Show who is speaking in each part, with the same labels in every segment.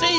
Speaker 1: 你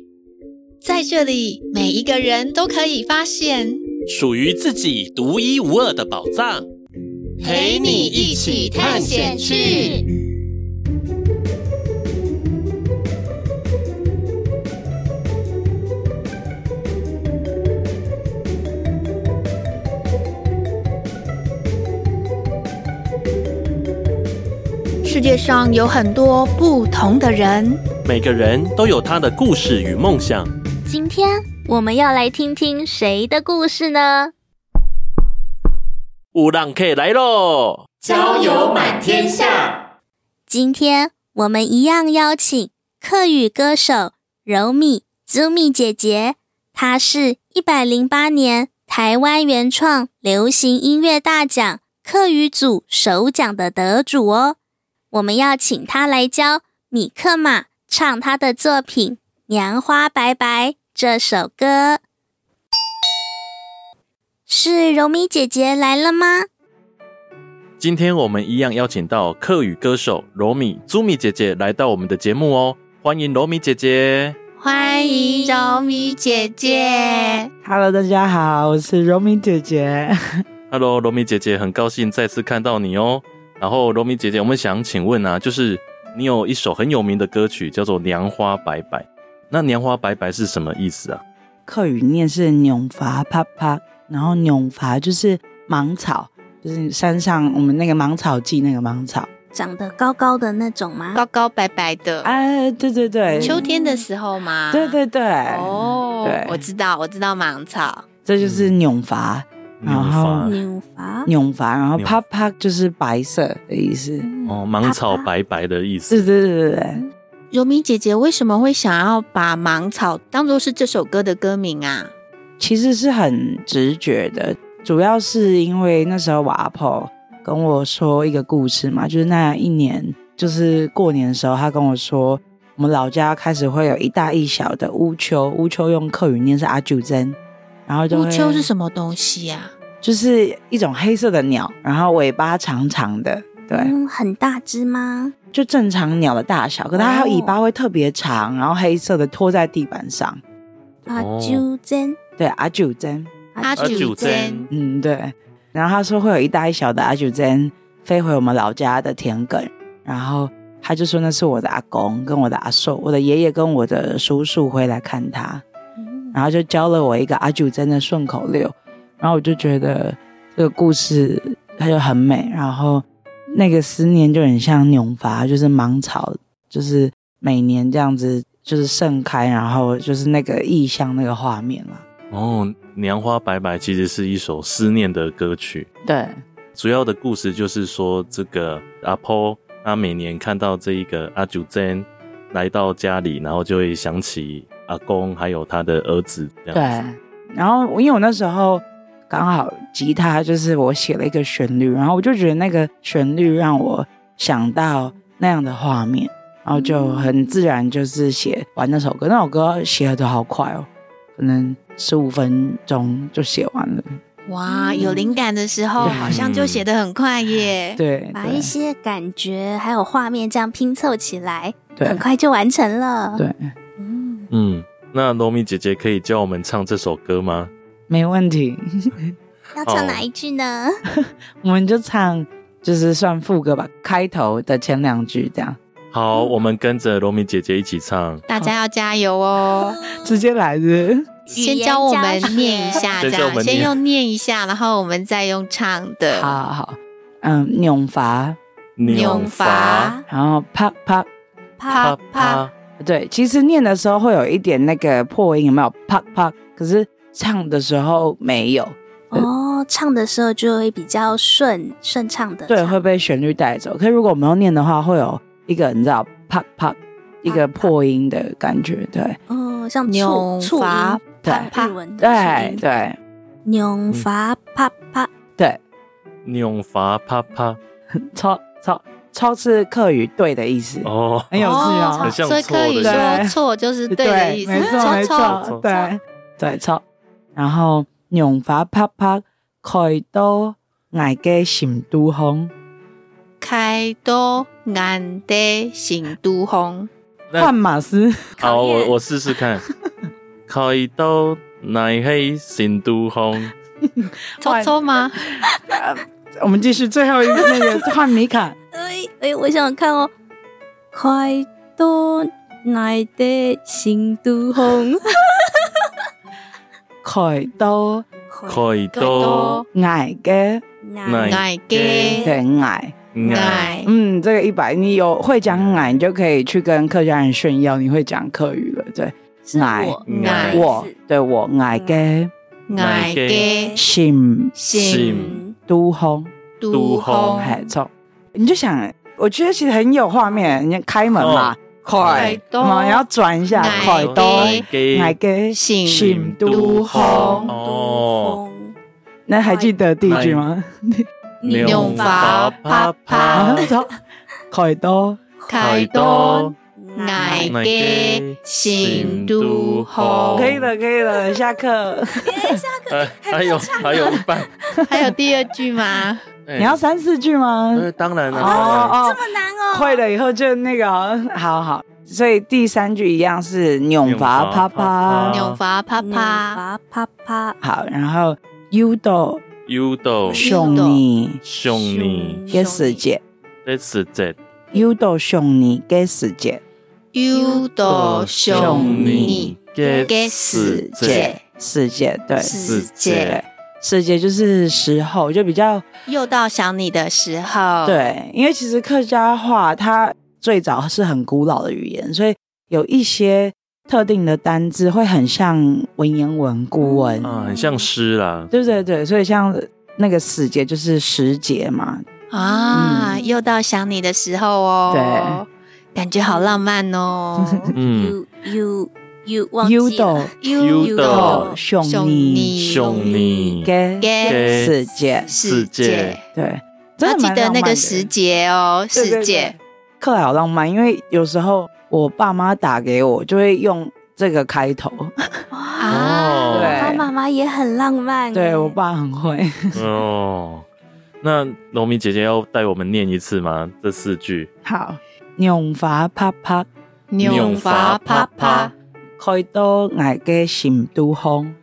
Speaker 2: 在这里，每一个人都可以发现
Speaker 1: 属于自己独一无二的宝藏。
Speaker 3: 陪你一起探险去。
Speaker 2: 世界上有很多不同的人，
Speaker 1: 每个人都有他的故事与梦想。
Speaker 4: 今天我们要来听听谁的故事呢？
Speaker 1: 乌浪 K 来喽！
Speaker 3: 交友满天下，
Speaker 4: 今天我们一样邀请客语歌手柔米 Zumi 姐姐，她是一百零八年台湾原创流行音乐大奖客语组首奖的得主哦。我们要请她来教米克马唱她的作品《娘花白白》这首歌。是柔米姐姐来了吗？
Speaker 5: 今天我们一样邀请到客语歌手柔米、朱米姐姐来到我们的节目哦，欢迎柔米姐姐。
Speaker 2: 欢迎柔米姐姐。
Speaker 6: Hello，大家好，我是柔米姐姐。
Speaker 5: Hello，柔米姐姐，很高兴再次看到你哦。然后柔米姐姐，我们想请问啊，就是你有一首很有名的歌曲叫做《娘花白白》，那“娘花白白”是什么意思啊？
Speaker 6: 客语念是扭伐啪啪，然后扭伐就是芒草，就是山上我们那个芒草季那个芒草。
Speaker 4: 长得高高的那种吗？
Speaker 2: 高高白白的，
Speaker 6: 哎、对对对，
Speaker 2: 秋天的时候吗？
Speaker 6: 对对对，
Speaker 2: 哦
Speaker 6: 对，
Speaker 2: 我知道，我知道芒草。
Speaker 6: 这就是扭伐，然后
Speaker 5: 牛
Speaker 4: 扭伐
Speaker 6: 扭伐，然后
Speaker 5: 扭
Speaker 6: 啪啪就是白色的意思。
Speaker 5: 发哦，芒草白白的意
Speaker 6: 对
Speaker 5: 思。
Speaker 6: 对对对对，
Speaker 2: 柔米姐姐为什么会想要把芒草当做是这首歌的歌名啊？
Speaker 6: 其实是很直觉的，主要是因为那时候我阿婆跟我说一个故事嘛，就是那一年就是过年的时候，她跟我说我们老家开始会有一大一小的乌秋，乌秋用客语念是阿九珍，然后就
Speaker 2: 乌秋是
Speaker 6: 么？
Speaker 2: 什么东西啊呀、
Speaker 6: 就是一种黑色的鸟，然后尾巴长长的，对，
Speaker 4: 嗯，很大只吗？
Speaker 6: 就正常鸟的大小，可是它
Speaker 4: 哦
Speaker 6: 尾巴会特别长，然后黑色的拖在地板上，
Speaker 4: 啊
Speaker 5: 哦，啊
Speaker 4: 纠真
Speaker 6: 对，阿九珍。
Speaker 2: 阿
Speaker 5: 阿
Speaker 2: 九珍
Speaker 5: 珍，
Speaker 6: 嗯，对。然后他说会有一大一小的阿九珍飞回我们老家的田埂，然后他就说那是我的阿公跟我的阿寿，我的爷爷跟我的叔叔回来看他，然后就教了我一个阿九珍的顺口溜，然后我就觉得这个故事它就很美，然后那个思念就很像扭伐，就是芒草，就是每年这样子就是盛开，然后就是那个意象那个画面啦，
Speaker 5: 哦，娘花白白其实是一首思念的歌曲。
Speaker 6: 对。
Speaker 5: 主要的故事就是说，这个阿婆她每年看到这一个阿九珍来到家里，然后就会想起阿公还有他的儿子这样
Speaker 6: 对，然后我因为我那时候刚好吉他就是我写了一个旋律，然后我就觉得那个旋律让我想到那样的画面，然后就很自然就是写完那首歌。那首歌写的好快哦，可能十五分钟就写完了。
Speaker 2: 哇，
Speaker 4: 嗯
Speaker 2: 有灵感的时候
Speaker 6: 对
Speaker 2: 好像就写得很快耶。
Speaker 6: 对
Speaker 4: 把一些感觉还有画面这样拼凑起来，
Speaker 6: 对
Speaker 4: 很快就完成了。
Speaker 6: 对，
Speaker 4: 嗯，
Speaker 5: 嗯，那罗米姐姐可以教我们唱这首歌吗？
Speaker 6: 没问题。
Speaker 4: 要唱哪一句呢？
Speaker 6: 我们就唱就是算副歌吧，开头的前两句这样，
Speaker 5: 好，我们跟着罗米姐姐一起唱。
Speaker 2: 大家要加油哦！
Speaker 6: 直接来是
Speaker 4: 语言
Speaker 2: 先教我
Speaker 4: 教
Speaker 2: 们
Speaker 4: 学
Speaker 2: 念一 下，这
Speaker 5: 先教我
Speaker 2: 样
Speaker 5: 们
Speaker 2: 先
Speaker 5: 念
Speaker 2: 用念一下，然后我们再用唱
Speaker 6: 不是
Speaker 2: 的。
Speaker 6: 好好好，嗯， 永伐，
Speaker 2: 扭伐
Speaker 6: 然后啪啪
Speaker 5: 啪
Speaker 4: 啪
Speaker 5: 啪，
Speaker 6: 对，其实念的时候会有一点那个破音，有没有？啪啪，可是唱的时候没有，
Speaker 4: 哦，唱的时候就会比较顺顺畅的。
Speaker 6: 对，会被旋律带走。可是如果我们要念的话，会有一个你知道啪啪一个破音的感觉，对
Speaker 4: 哦，像
Speaker 2: 扭
Speaker 4: 促促
Speaker 2: 伐
Speaker 4: 音，
Speaker 6: 对
Speaker 4: 啪啪，日文的
Speaker 6: 对
Speaker 4: 声音，
Speaker 6: 对
Speaker 4: 拧伐啪啪，
Speaker 6: 对，
Speaker 5: 扭伐啪啪
Speaker 6: 超超超是客语对的意思，
Speaker 5: 哦，
Speaker 6: 很有趣
Speaker 2: 哦
Speaker 5: 很
Speaker 6: 哦。
Speaker 5: 像
Speaker 2: 所以
Speaker 5: 错的
Speaker 2: 可以
Speaker 5: 意思
Speaker 2: 说错就是对的意思。
Speaker 6: 没错
Speaker 2: 超
Speaker 6: 没
Speaker 2: 超
Speaker 6: 错
Speaker 5: 超，
Speaker 6: 对对超。然后用法啪啪，开刀挨个心都红，
Speaker 2: 开多眼的行都红，
Speaker 5: 那
Speaker 6: 换马斯，
Speaker 5: 好，
Speaker 4: 考验
Speaker 5: 哦我我试试 看。开刀乃黑新都红，
Speaker 2: 超超吗？
Speaker 6: 我们继续最后一个那个换米卡，
Speaker 4: 哎哎，我想看哦，快多奶的心都红，
Speaker 6: 开刀
Speaker 5: 开刀
Speaker 6: 挨个
Speaker 5: 奶
Speaker 2: 爱给
Speaker 6: 对挨。
Speaker 5: 乃
Speaker 2: 爱
Speaker 6: 嗯，这个一百，你有会讲矮，你就可以去跟客家人炫耀你会讲客语了。对，
Speaker 4: 是
Speaker 6: 奶
Speaker 4: 我
Speaker 5: 奶
Speaker 4: 奶
Speaker 6: 我对我矮个
Speaker 2: 爱给
Speaker 6: 心
Speaker 4: 嗯
Speaker 2: 行
Speaker 5: 心
Speaker 6: 都红，
Speaker 2: 都
Speaker 5: 都
Speaker 2: 红
Speaker 5: 红，
Speaker 6: 哎，错，你就想，我觉得其实很有画面，你开门嘛
Speaker 5: 哦，
Speaker 6: 快，
Speaker 2: 快
Speaker 6: 嘛，然后转一下，
Speaker 2: 奶
Speaker 6: 快
Speaker 2: 多
Speaker 6: 到
Speaker 2: 奶
Speaker 5: 给
Speaker 6: 矮个
Speaker 2: 心
Speaker 6: 心
Speaker 5: 都
Speaker 6: 都
Speaker 5: 红
Speaker 6: 红。
Speaker 5: 哦，
Speaker 6: 那还记得第一句吗？
Speaker 5: 扭伐啪
Speaker 6: 啊
Speaker 5: 啪，
Speaker 6: 走，快到
Speaker 2: 开刀爱给行都红，
Speaker 6: 可以了，可以了，下课。
Speaker 5: 哎，还有还有一半，
Speaker 2: 还有第二句吗？
Speaker 5: 哎
Speaker 6: 你要三四句吗？
Speaker 5: 呃当然了，
Speaker 6: 哦
Speaker 5: 当然
Speaker 6: 哦，
Speaker 4: 这么难哦，
Speaker 6: 会了以后就那个哦，好好。所以第三句一样是拧伐啪啪，
Speaker 5: 扭
Speaker 2: 扭伐啪
Speaker 4: 拧
Speaker 2: 啪，
Speaker 4: 伐啪啪，
Speaker 6: 好，然后 u do
Speaker 5: 有道
Speaker 6: 熊你
Speaker 5: 兄弟，
Speaker 6: 给死姐
Speaker 5: 这是在
Speaker 6: u do 熊你给死姐
Speaker 2: 有多想你，给死姐，
Speaker 6: 死姐对
Speaker 2: 死
Speaker 5: 姐
Speaker 2: 姐，
Speaker 6: 死姐就是时候就比较
Speaker 2: 又到想你的时候，，
Speaker 6: 对，因为其实客家话它最早是很古老的语言，所以有一些特定的单字会很像文言文、古文，
Speaker 2: 嗯
Speaker 5: 啊，很像诗啦，
Speaker 6: 对对对，所以像那个死节就是时节嘛，
Speaker 2: 啊，
Speaker 4: 嗯
Speaker 2: 又到想你的时候哦，对，感觉好浪漫哦。
Speaker 5: 嗯，
Speaker 4: ，you you you 忘记
Speaker 6: u
Speaker 4: 了
Speaker 6: 斗
Speaker 5: 有道
Speaker 6: 斗熊你
Speaker 5: 兄弟，
Speaker 6: 给
Speaker 2: 给
Speaker 6: 死节，
Speaker 5: 世界
Speaker 6: 对，
Speaker 2: 要
Speaker 6: 真的
Speaker 2: 记
Speaker 6: 蛮
Speaker 2: 得那
Speaker 6: 浪漫
Speaker 2: 个
Speaker 6: 的
Speaker 2: 时节哦，
Speaker 6: 对对
Speaker 2: 世界
Speaker 6: 对课好浪漫，因为有时候我爸妈打给我就会用这个开头，
Speaker 2: 啊，
Speaker 5: 哦
Speaker 6: 对
Speaker 4: 爸妈妈也很浪漫，
Speaker 6: 对我，爸很会。
Speaker 5: 哦，那农民姐姐要带我们念一次吗？这四句，
Speaker 6: 好，用法啪啪，
Speaker 5: 扭伐啪啪，
Speaker 6: 开到我嘅心都红。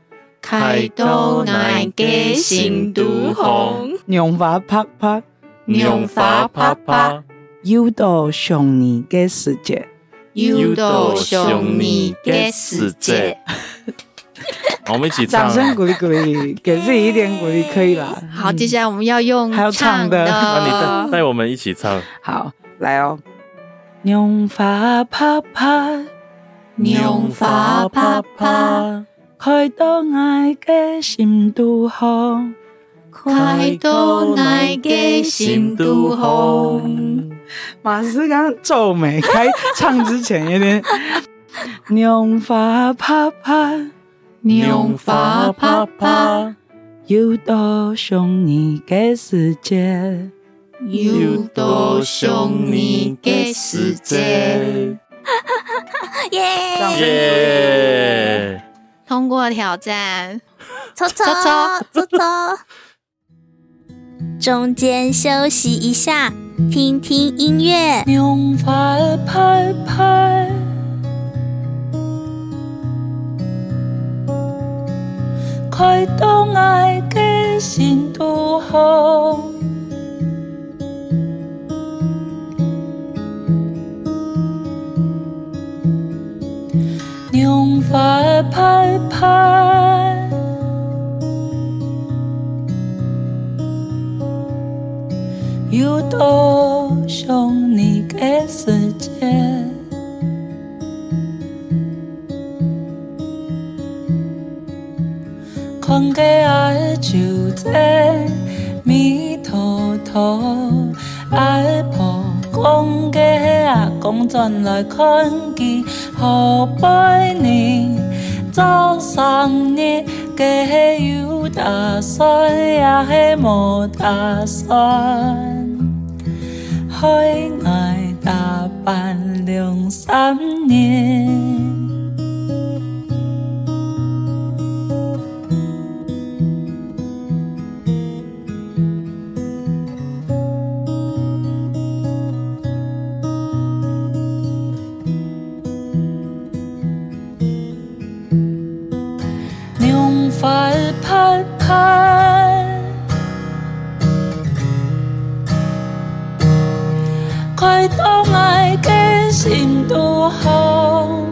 Speaker 2: 开到爱的心都红，，
Speaker 6: 用法啪啪，
Speaker 5: 扭伐啪啪，
Speaker 6: 要到上年嘅世界。
Speaker 2: 有到想你的世 界。
Speaker 5: 好我们一起唱
Speaker 6: 掌，声鼓励鼓励，给自己一点鼓励可以啦。
Speaker 2: 好，
Speaker 6: 嗯
Speaker 2: 接下来我们要用
Speaker 6: 还要唱的
Speaker 2: 的，
Speaker 5: 那你带带我们一起唱，
Speaker 6: 好来哦。用法啪啪，
Speaker 2: 扭伐啪啪，
Speaker 6: 开到我嘅心都红。
Speaker 2: 开到爱的心都红。
Speaker 6: 马斯刚刚皱眉，开唱之前有点。用法啪啪，
Speaker 2: 扭伐啪啪，
Speaker 6: 要到上你嘅世界。
Speaker 2: 又到想你的世界。
Speaker 4: 耶，
Speaker 6: 掌声
Speaker 5: 耶！
Speaker 2: 通过挑战，
Speaker 4: 搓搓
Speaker 2: 搓
Speaker 4: 搓搓。中间休息一下，听听音乐。
Speaker 6: 用法拍拍，开到爱嘅心都红。用法拍拍，有多想你嘅世界。看个爱就在迷途途，爱婆讲个啊，讲转来看见，好百年。早上日加迄油打酸，也迄无打酸，海外打扮两三年。两发拍拍，开当爱的心拄好。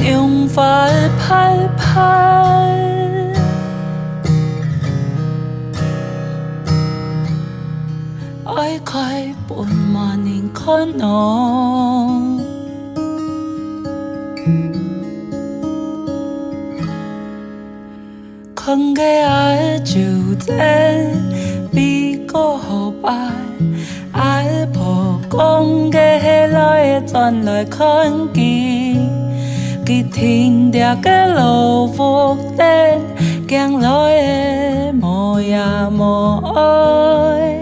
Speaker 6: 两发拍拍。爱开半万年可能。空个爱就真，比个好歹，爱无讲个迄来的转来看见，去天掉个路福灯，行来的无也无爱。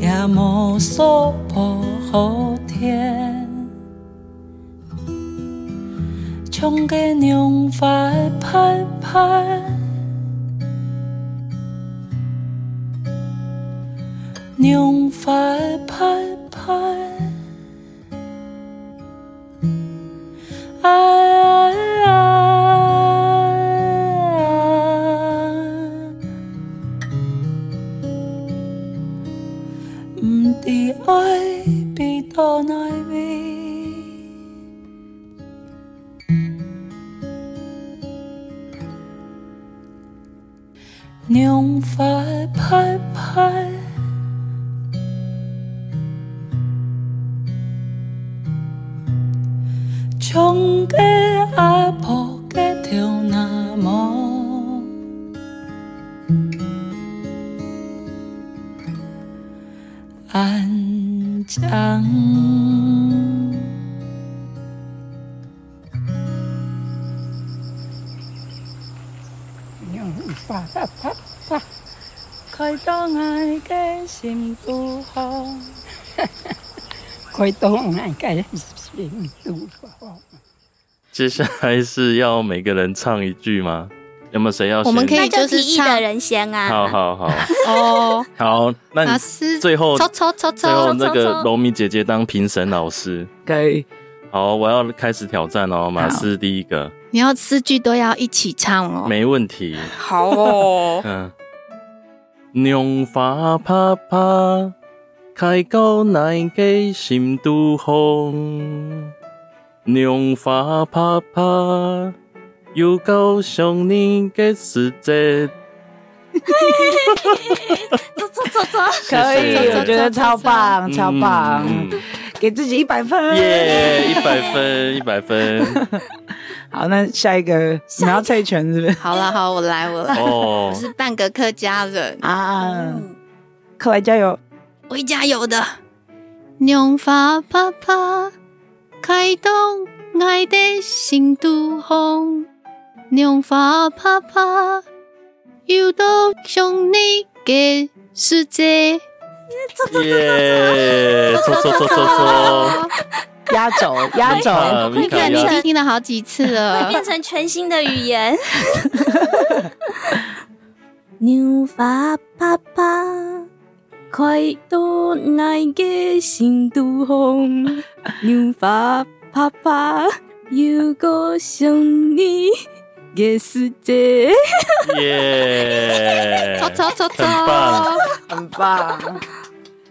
Speaker 6: 也无所不好天，冲个娘发拍拍，娘发拍拍，哎哎哎哎。唔知爱比到哪位。娘发拍拍，冲个阿婆个跳那么。安江。嗯开到爱的心不好，
Speaker 7: 开动眼界行路吧。
Speaker 5: 接下来是要每个人唱一句吗？有没有谁要先？
Speaker 2: 我们可以
Speaker 4: 那就
Speaker 2: 就是
Speaker 4: 提议
Speaker 2: 唱
Speaker 4: 的人先啊。
Speaker 5: 好好 好
Speaker 2: 哦，
Speaker 5: 好，那
Speaker 2: 老
Speaker 5: 你
Speaker 2: 师，
Speaker 5: 最后
Speaker 2: 抽抽抽抽
Speaker 5: 最后那
Speaker 2: 抽
Speaker 5: 个
Speaker 2: 抽
Speaker 5: 罗米姐姐当评审老师。
Speaker 8: 可以，
Speaker 5: 好，我要开始挑战哦，马斯第一个，
Speaker 2: 你要四句都要一起唱哦。
Speaker 5: 没 问题。
Speaker 2: 好哦，
Speaker 5: 嗯，娘花啪啪，开到奶个心拄好。娘花啪啪，又到上年的时节。
Speaker 4: 走走走走，
Speaker 8: 可以，
Speaker 5: 谢谢
Speaker 8: 我觉得超棒，超棒，
Speaker 5: 嗯嗯
Speaker 8: 给自己一百分。
Speaker 5: 耶，一百分，一百分。
Speaker 8: 好，那下一个你要猜拳是不是？
Speaker 2: 好了好，我来我来，
Speaker 5: 哦
Speaker 2: 我，是半个客家人，
Speaker 6: 嗯
Speaker 8: 啊，
Speaker 4: 嗯
Speaker 8: 克莱加油！
Speaker 2: 我会加油的。娘发啪啪，开动爱的心都红。娘发啪啪，又到上你的世界。
Speaker 5: 耶，搓搓搓搓搓。
Speaker 8: 压轴，压轴，
Speaker 5: 啊米
Speaker 2: 会
Speaker 5: 卡
Speaker 2: 变，你已
Speaker 5: 呀
Speaker 2: 经听了好几次
Speaker 4: 会
Speaker 2: 了。
Speaker 4: 变成全新的语言。 牛发爸爸，快到那个新都红，牛发爸爸有个想你的世界。
Speaker 5: 耶，
Speaker 2: 抽抽抽抽
Speaker 5: 很，棒
Speaker 8: 很棒，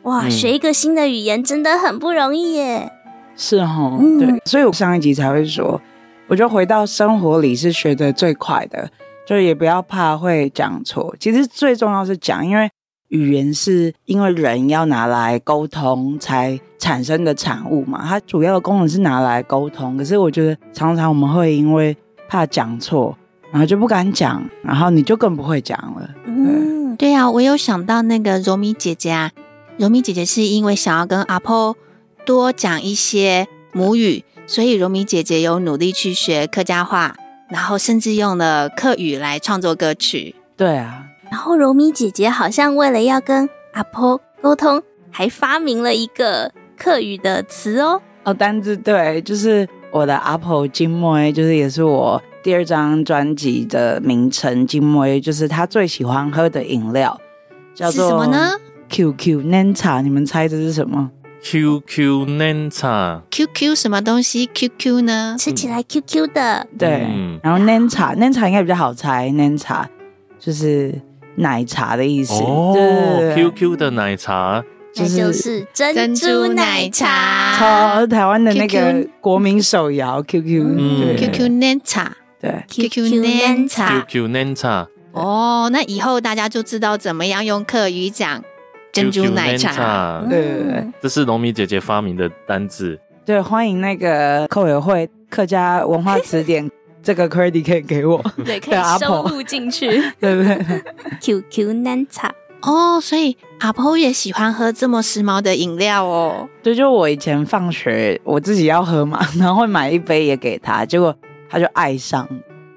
Speaker 4: 哇，
Speaker 5: 嗯
Speaker 4: 学一个新的语言真的很不容易耶！
Speaker 8: 是哦，
Speaker 4: 嗯
Speaker 8: 对，所以我上一集才会说，我觉得回到生活里是学的最快的，就也不要怕会讲错。其实最重要是讲，因为语言是因为人要拿来沟通才产生的产物嘛，它主要的功能是拿来沟通。可是我觉得常常我们会因为怕讲错，然后就不敢讲，然后你就更不会讲了。
Speaker 4: 嗯，
Speaker 2: 对啊，我有想到那个柔米姐姐啊，柔米姐姐是因为想要跟阿婆多讲一些母语，所以柔米姐姐有努力去学客家话，然后甚至用了客语来创作歌曲。
Speaker 6: 对啊，
Speaker 4: 然后柔米姐姐好像为了要跟阿婆沟通，还发明了一个客语的词哦。
Speaker 6: 哦，单字对，就是我的阿婆金莫耶，就是也是我第二张专辑的名称金莫耶，就是他最喜欢喝的饮料，叫
Speaker 2: 是
Speaker 6: 做
Speaker 2: 什么呢
Speaker 6: ？QQ 奶茶，你们猜这是什么？
Speaker 5: QQ 奶茶，
Speaker 2: ？QQ 什么东西？QQ 呢？
Speaker 4: 吃
Speaker 6: 嗯
Speaker 4: 起来 QQ 的，
Speaker 6: 对，
Speaker 5: 嗯
Speaker 6: 然后奶茶，奶茶应该比较好猜，奶茶就是奶茶的意思。
Speaker 5: 哦
Speaker 6: 对对对
Speaker 5: ，QQ 的奶茶，
Speaker 6: 就
Speaker 4: 那
Speaker 6: 是
Speaker 4: 就是珍珠奶茶。
Speaker 6: 超台湾的那个
Speaker 2: QQ
Speaker 6: 国民手摇 QQ，
Speaker 5: 嗯
Speaker 6: 对
Speaker 2: QQ 奶茶
Speaker 6: 对，
Speaker 2: ，QQ 奶茶。
Speaker 5: ，QQ 奶茶，
Speaker 2: 哦，那以后大家就知道怎么样用客语讲珍珠
Speaker 5: QQ
Speaker 2: 奶茶。
Speaker 5: 茶
Speaker 6: 对对对
Speaker 4: 嗯
Speaker 5: 这是农米姐姐发明的单字。
Speaker 6: 对，欢迎那个寇友会客家文化词 典这个 credit 可以给我，
Speaker 4: 对，可
Speaker 6: 对阿
Speaker 4: 以收
Speaker 6: 婆
Speaker 4: 录进 去
Speaker 6: 对不对？
Speaker 4: QQ 奶茶。
Speaker 2: 哦，所以阿婆也喜欢喝这么时髦的饮料哦。
Speaker 6: 对，就我以前放学我自己要喝嘛， 然后会买一杯也给他，结果他就爱上，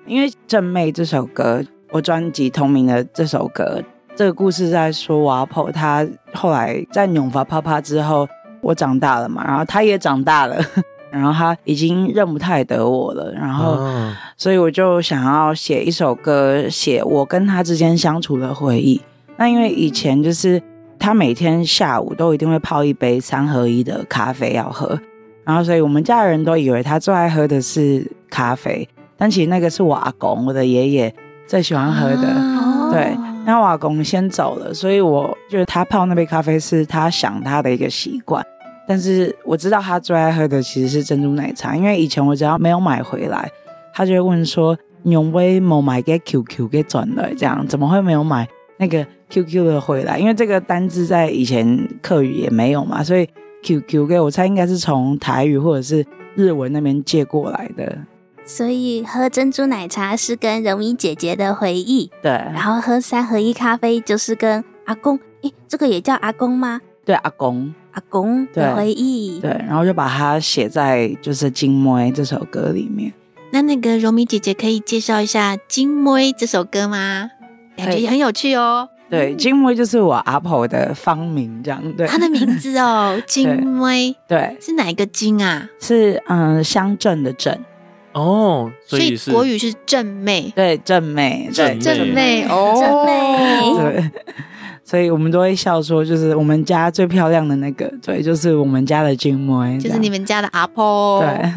Speaker 6: 因为《正妹》这首歌，我专辑同名的这首歌，这个故事在说瓦普他后来在永发啪啪之后，我长大了嘛，然后他也长大了， 然后他已经认不太得我了，然后。
Speaker 5: 哦，
Speaker 6: 所以我就想要写一首歌，写我跟他之间相处的回忆。那因为以前就是他每天下午都一定会泡一杯三合一的咖啡要喝，然后所以我们家人都以为他最爱喝的是咖啡，但其实那个是我阿公，我的爷爷最喜欢喝的。
Speaker 2: 啊
Speaker 6: 对，那我阿公先走了，所以我觉得他泡那杯咖啡是他想他的一个习惯。但是我知道他最爱喝的其实是珍珠奶茶，因为以前我只要没有买回来，他就会问说：“你用微某买给 QQ 给转了，这样怎么会没有买那个 QQ 的回来？因为这个单字在以前客语也没有嘛，所以 QQ 给我猜应该是从台语或者是日文那边借过来的。
Speaker 4: 所以喝珍珠奶茶是跟柔米姐姐的回忆，
Speaker 6: 对，
Speaker 4: 然后喝三合一咖啡就是跟阿公，诶，这个也叫阿公吗？
Speaker 6: 对阿公。
Speaker 4: 阿公
Speaker 6: 对
Speaker 4: 的回
Speaker 2: 嗯
Speaker 4: 忆。
Speaker 6: 对，然后就把它写在就是《金摸》这首歌里面。
Speaker 2: 那那个柔米姐姐可以介绍一下《金妹》这首歌吗？感觉
Speaker 6: 可以
Speaker 2: 也很有趣哦。
Speaker 6: 对，金摸就是我阿婆的芳名，这样对。
Speaker 2: 它的名字 哦，《金妹
Speaker 6: 对》
Speaker 2: 是哪一个金啊？
Speaker 6: 是嗯乡镇的镇，
Speaker 5: 哦，所
Speaker 2: 所
Speaker 5: 以
Speaker 2: 以
Speaker 5: 是
Speaker 2: 国语是正妹，
Speaker 6: 对镇妹，对
Speaker 5: 镇
Speaker 2: 正妹
Speaker 4: 真美，
Speaker 6: 哦对。 所以我们都会笑说，就是我们家最漂亮的那个，对，就是我们家的金摸，
Speaker 2: 就是你
Speaker 6: 们
Speaker 2: 们家的阿婆。
Speaker 6: 对，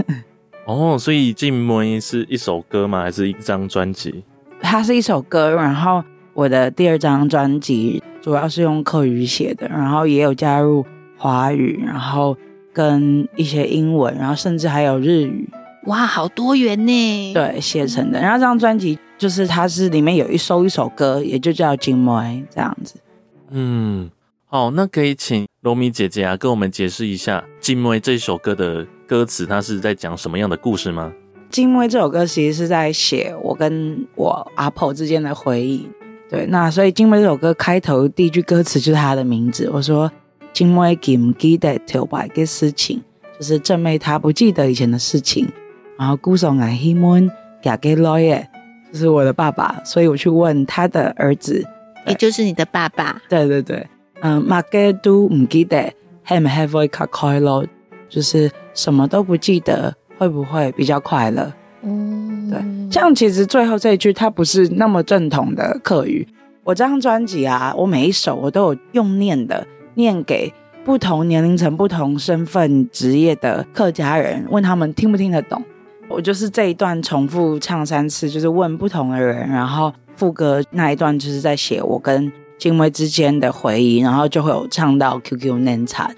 Speaker 5: 哦，所以《静妹》是一首歌吗？还是一张专辑？
Speaker 6: 它是一首歌，然后我的第二张专辑主要是用客语写的，然后也有加入华语，然后跟一些英文，然后甚至还有日语，
Speaker 2: 哇，好多元呢。，
Speaker 6: 对写成的。然后这张专辑就是它是里面有一首一首歌，也就叫《金摩》这样子。
Speaker 5: 嗯，好，那可以请罗米姐姐啊，跟我们解释一下《静妹》这首歌的歌词，它是在讲什么样的故事吗？
Speaker 6: 《金妹》这首歌其实是在写我跟我阿婆之间的回忆。对，那所以《金妹》这首歌开头第一句歌词就是她的名字。我说：“金妹记不记得头白的事情？”就是正妹她不记得以前的事情。然后姑嫂爱希门嫁给老爷，就是我的爸爸，所以我去问他的儿子。
Speaker 2: 也就是你的爸爸。
Speaker 6: 对对对，嗯，马给都唔记得，还唔还会卡快乐？就是什么都不记得，会不会比较快乐？
Speaker 2: 嗯，
Speaker 6: 对，这样其实最后这一句它不是那么正统的客语。我这张专辑啊，我每一首我都有用念的，念给不同年龄层、不同身份、职业的客家人，问他们听不听得懂。我就是这一段重复唱三次，就是问不同的人，然后副歌那一段就是在写我跟金威之间的回忆，然后就会有唱到 QQ 念产。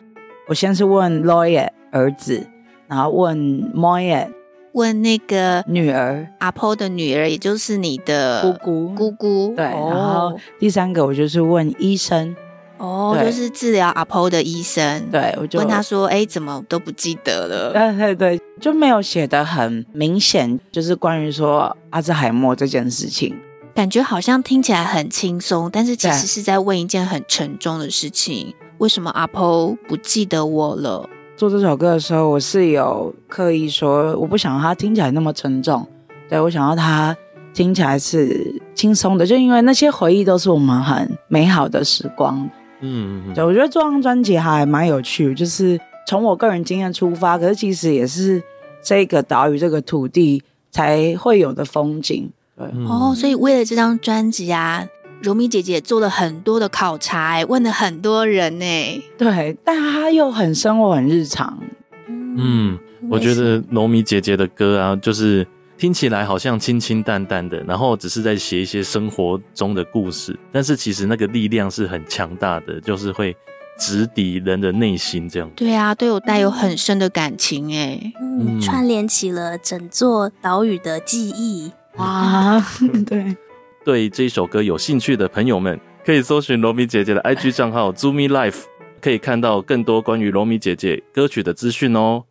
Speaker 6: 我先是问 Loy 儿子，然后问 Moy
Speaker 2: 问那个
Speaker 6: 女儿，
Speaker 2: 阿婆的女儿，也就是你的
Speaker 6: 姑
Speaker 2: 姑姑。
Speaker 6: 对，然后
Speaker 2: 哦
Speaker 6: 第三个我就是问医生，
Speaker 2: 哦，
Speaker 6: 对
Speaker 2: 就是治疗阿婆的医生。，
Speaker 6: 对我就
Speaker 2: 问他，说：“哎，怎么都不记得了
Speaker 6: 对对对，就没有写的很明显，就是关于说阿兹海默这件事情。？”
Speaker 2: 感觉好像听起来很轻松，但是其
Speaker 6: 对
Speaker 2: 实是在问一件很沉重的事情。
Speaker 9: 为什么阿婆不记得我了？
Speaker 6: 做这首歌的时候，我是有刻意说，我不想让它听起来那么沉重，对我想要它听起来是轻松的，就因为那些回忆都是我们很美好的时光。
Speaker 5: 嗯，嗯
Speaker 6: 对，我觉得这张专辑还蛮有趣，就是从我个人经验出发，可是其实也是这个岛屿、这个土地才会有的风景。对，
Speaker 5: 嗯
Speaker 9: 哦，所以为了这张专辑啊，柔米姐姐做了很多的考察、哎问了很多人呢、
Speaker 6: 对，但它又很生活、很日常。
Speaker 5: 嗯，我觉得农米姐姐的歌啊，就是听起来好像清清淡淡的，然后只是在写一些生活中的故事，但是其实那个力量是很强大的，就是会直抵人的内心这样。
Speaker 9: 对啊，对我带有很深的感情哎、
Speaker 4: 嗯
Speaker 5: 嗯
Speaker 4: 串联起了整座岛屿的记忆。
Speaker 6: 哇， 对，
Speaker 5: 对这一首歌有兴趣的朋友们，可以搜寻罗米姐姐的 IG 账号 Zoomy Life，可以看到更多关于罗米姐姐歌曲的资讯哦。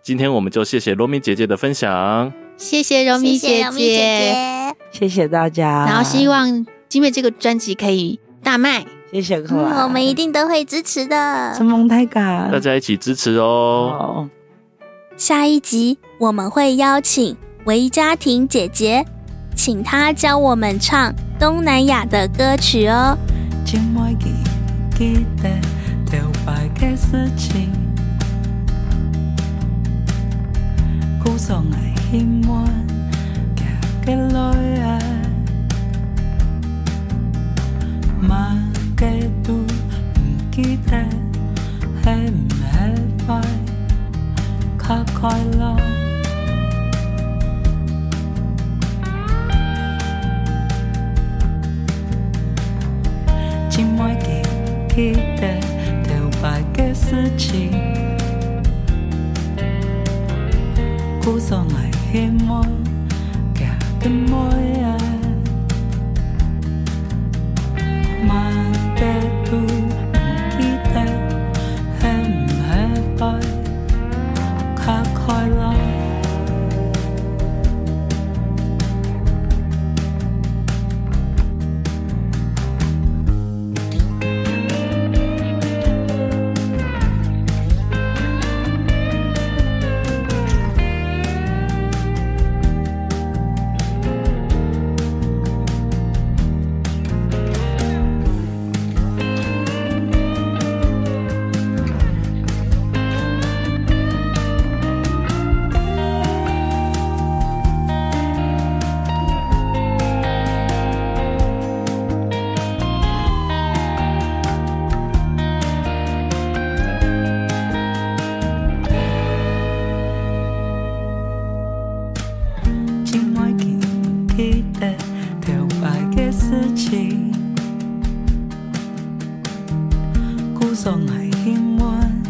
Speaker 5: 今天我们就谢谢罗米姐姐的分享，
Speaker 9: 谢谢柔米
Speaker 4: 谢谢
Speaker 9: 姐
Speaker 4: 柔米姐姐，
Speaker 6: 谢谢大家。
Speaker 9: 然后希望因为这个专辑可以大卖。
Speaker 6: 谢谢克
Speaker 4: 嗯，
Speaker 6: 莱，
Speaker 4: 我们一定都会支持的
Speaker 6: 承。蒙太感，
Speaker 5: 大家一起支持哦。
Speaker 6: 哦，
Speaker 4: 下一集我们会邀请维家婷姐姐，请她教我们唱东南亚的歌曲哦。
Speaker 10: 千万记记得表白的事情，故作危险湾夹嘅女啊，乜嘅都唔記得，係唔係快卡快樂？只爱记记得头白嘅事情，故作危险爱假嘅妹啊，慢嘅都唔记得，系唔系快卡快乐？今晚记记得表白嘅事情，故作危险湾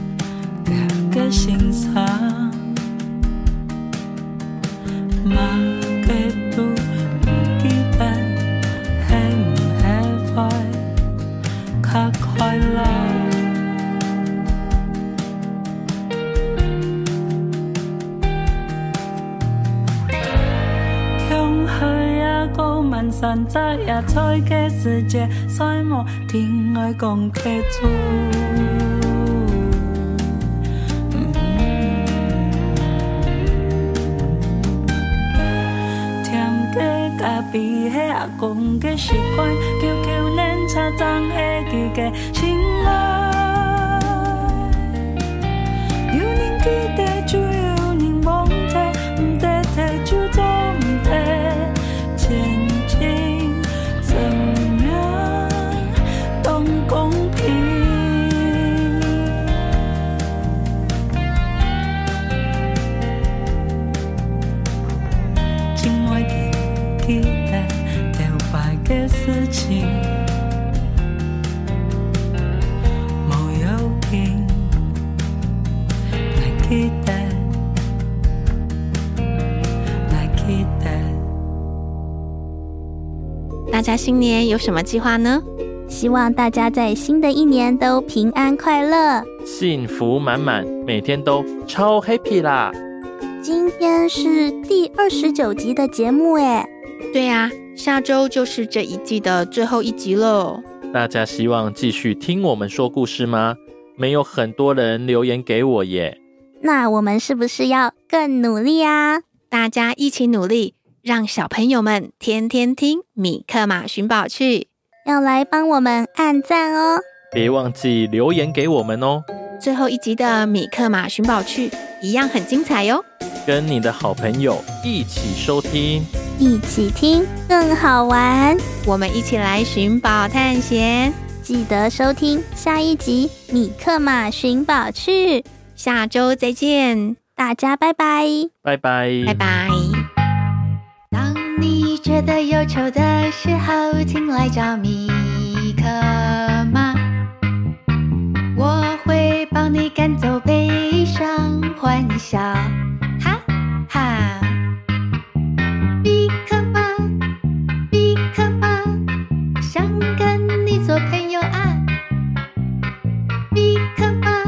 Speaker 10: 夹嘅先生，乜嘅都唔记得，系唔系快卡快乐？向去啊，高文神摘呀，吹嘅世界，衰莫天爱共嘅主。比起阿公嘅习惯，叫叫恁cha 张下佢嘅情爱。有人记得就有人忘记，唔得得就做唔得，前进怎样当公平？亲爱的，记得表白嘅事情，冇有停。Nikita, Nikita.
Speaker 9: 大家新年有什么计划呢？
Speaker 4: 希望大家在新的一年都平安快乐。
Speaker 1: 幸福满满，每天都超 happy 啦！
Speaker 4: 今天是第二十九集的节目，哎，
Speaker 9: 对啊，下周就是这一季的最后一集喽。
Speaker 5: 大家希望继续听我们说故事吗？没有很多人留言给我耶。
Speaker 11: 那我们是不是要更努力啊？
Speaker 2: 大家一起努力，让小朋友们天天听米克马寻宝去。
Speaker 11: 要来帮我们按赞哦！
Speaker 5: 别忘记留言给我们哦，
Speaker 2: 最后一集的米克马寻宝去一样很精彩哦哟。
Speaker 5: 跟你的好朋友一起收听。
Speaker 11: 一起听更好玩，
Speaker 2: 我们一起来寻宝探险，
Speaker 11: 记得收听下一集《米克马寻宝去》，
Speaker 2: 下周再见，
Speaker 11: 大家拜拜。
Speaker 5: 拜拜，
Speaker 2: 拜拜。
Speaker 4: 当你觉得忧愁的时候，请来找米克马，我会帮你赶走悲伤，欢笑，哈哈。米克马，米克马，想跟你做朋友啊。米克马，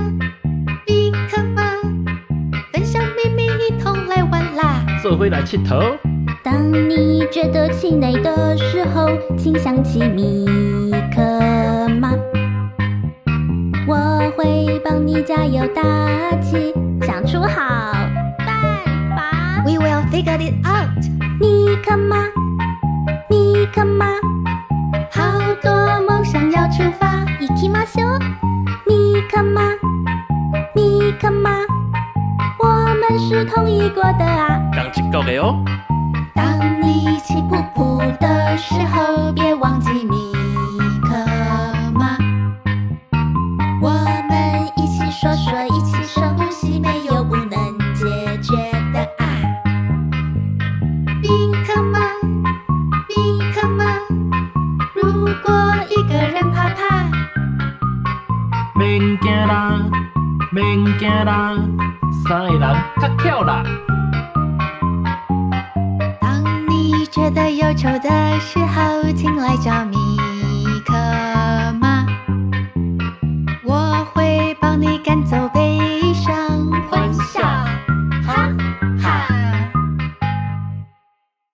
Speaker 4: 米克马，分享秘密，一同来玩啦。
Speaker 5: 做回来气头，
Speaker 4: 当你觉得气馁的时候，请想起米克马，我会帮你加油打气，想出好办法。
Speaker 2: We will figure it out。
Speaker 4: 米克马，米克马，好多梦想要出发，一起马修。米克马，米克马，我们是同一国的啊。
Speaker 5: 港气够给哦。
Speaker 4: 当你气噗噗的时候，别忘记米克马。我们一起说说，一起深呼吸，没有不能解决的啊。米克马，米克马，如果一个人怕怕，
Speaker 5: 免惊啦，免惊啦，三个人较巧啦。
Speaker 4: 当你觉得忧愁的时候，请来找米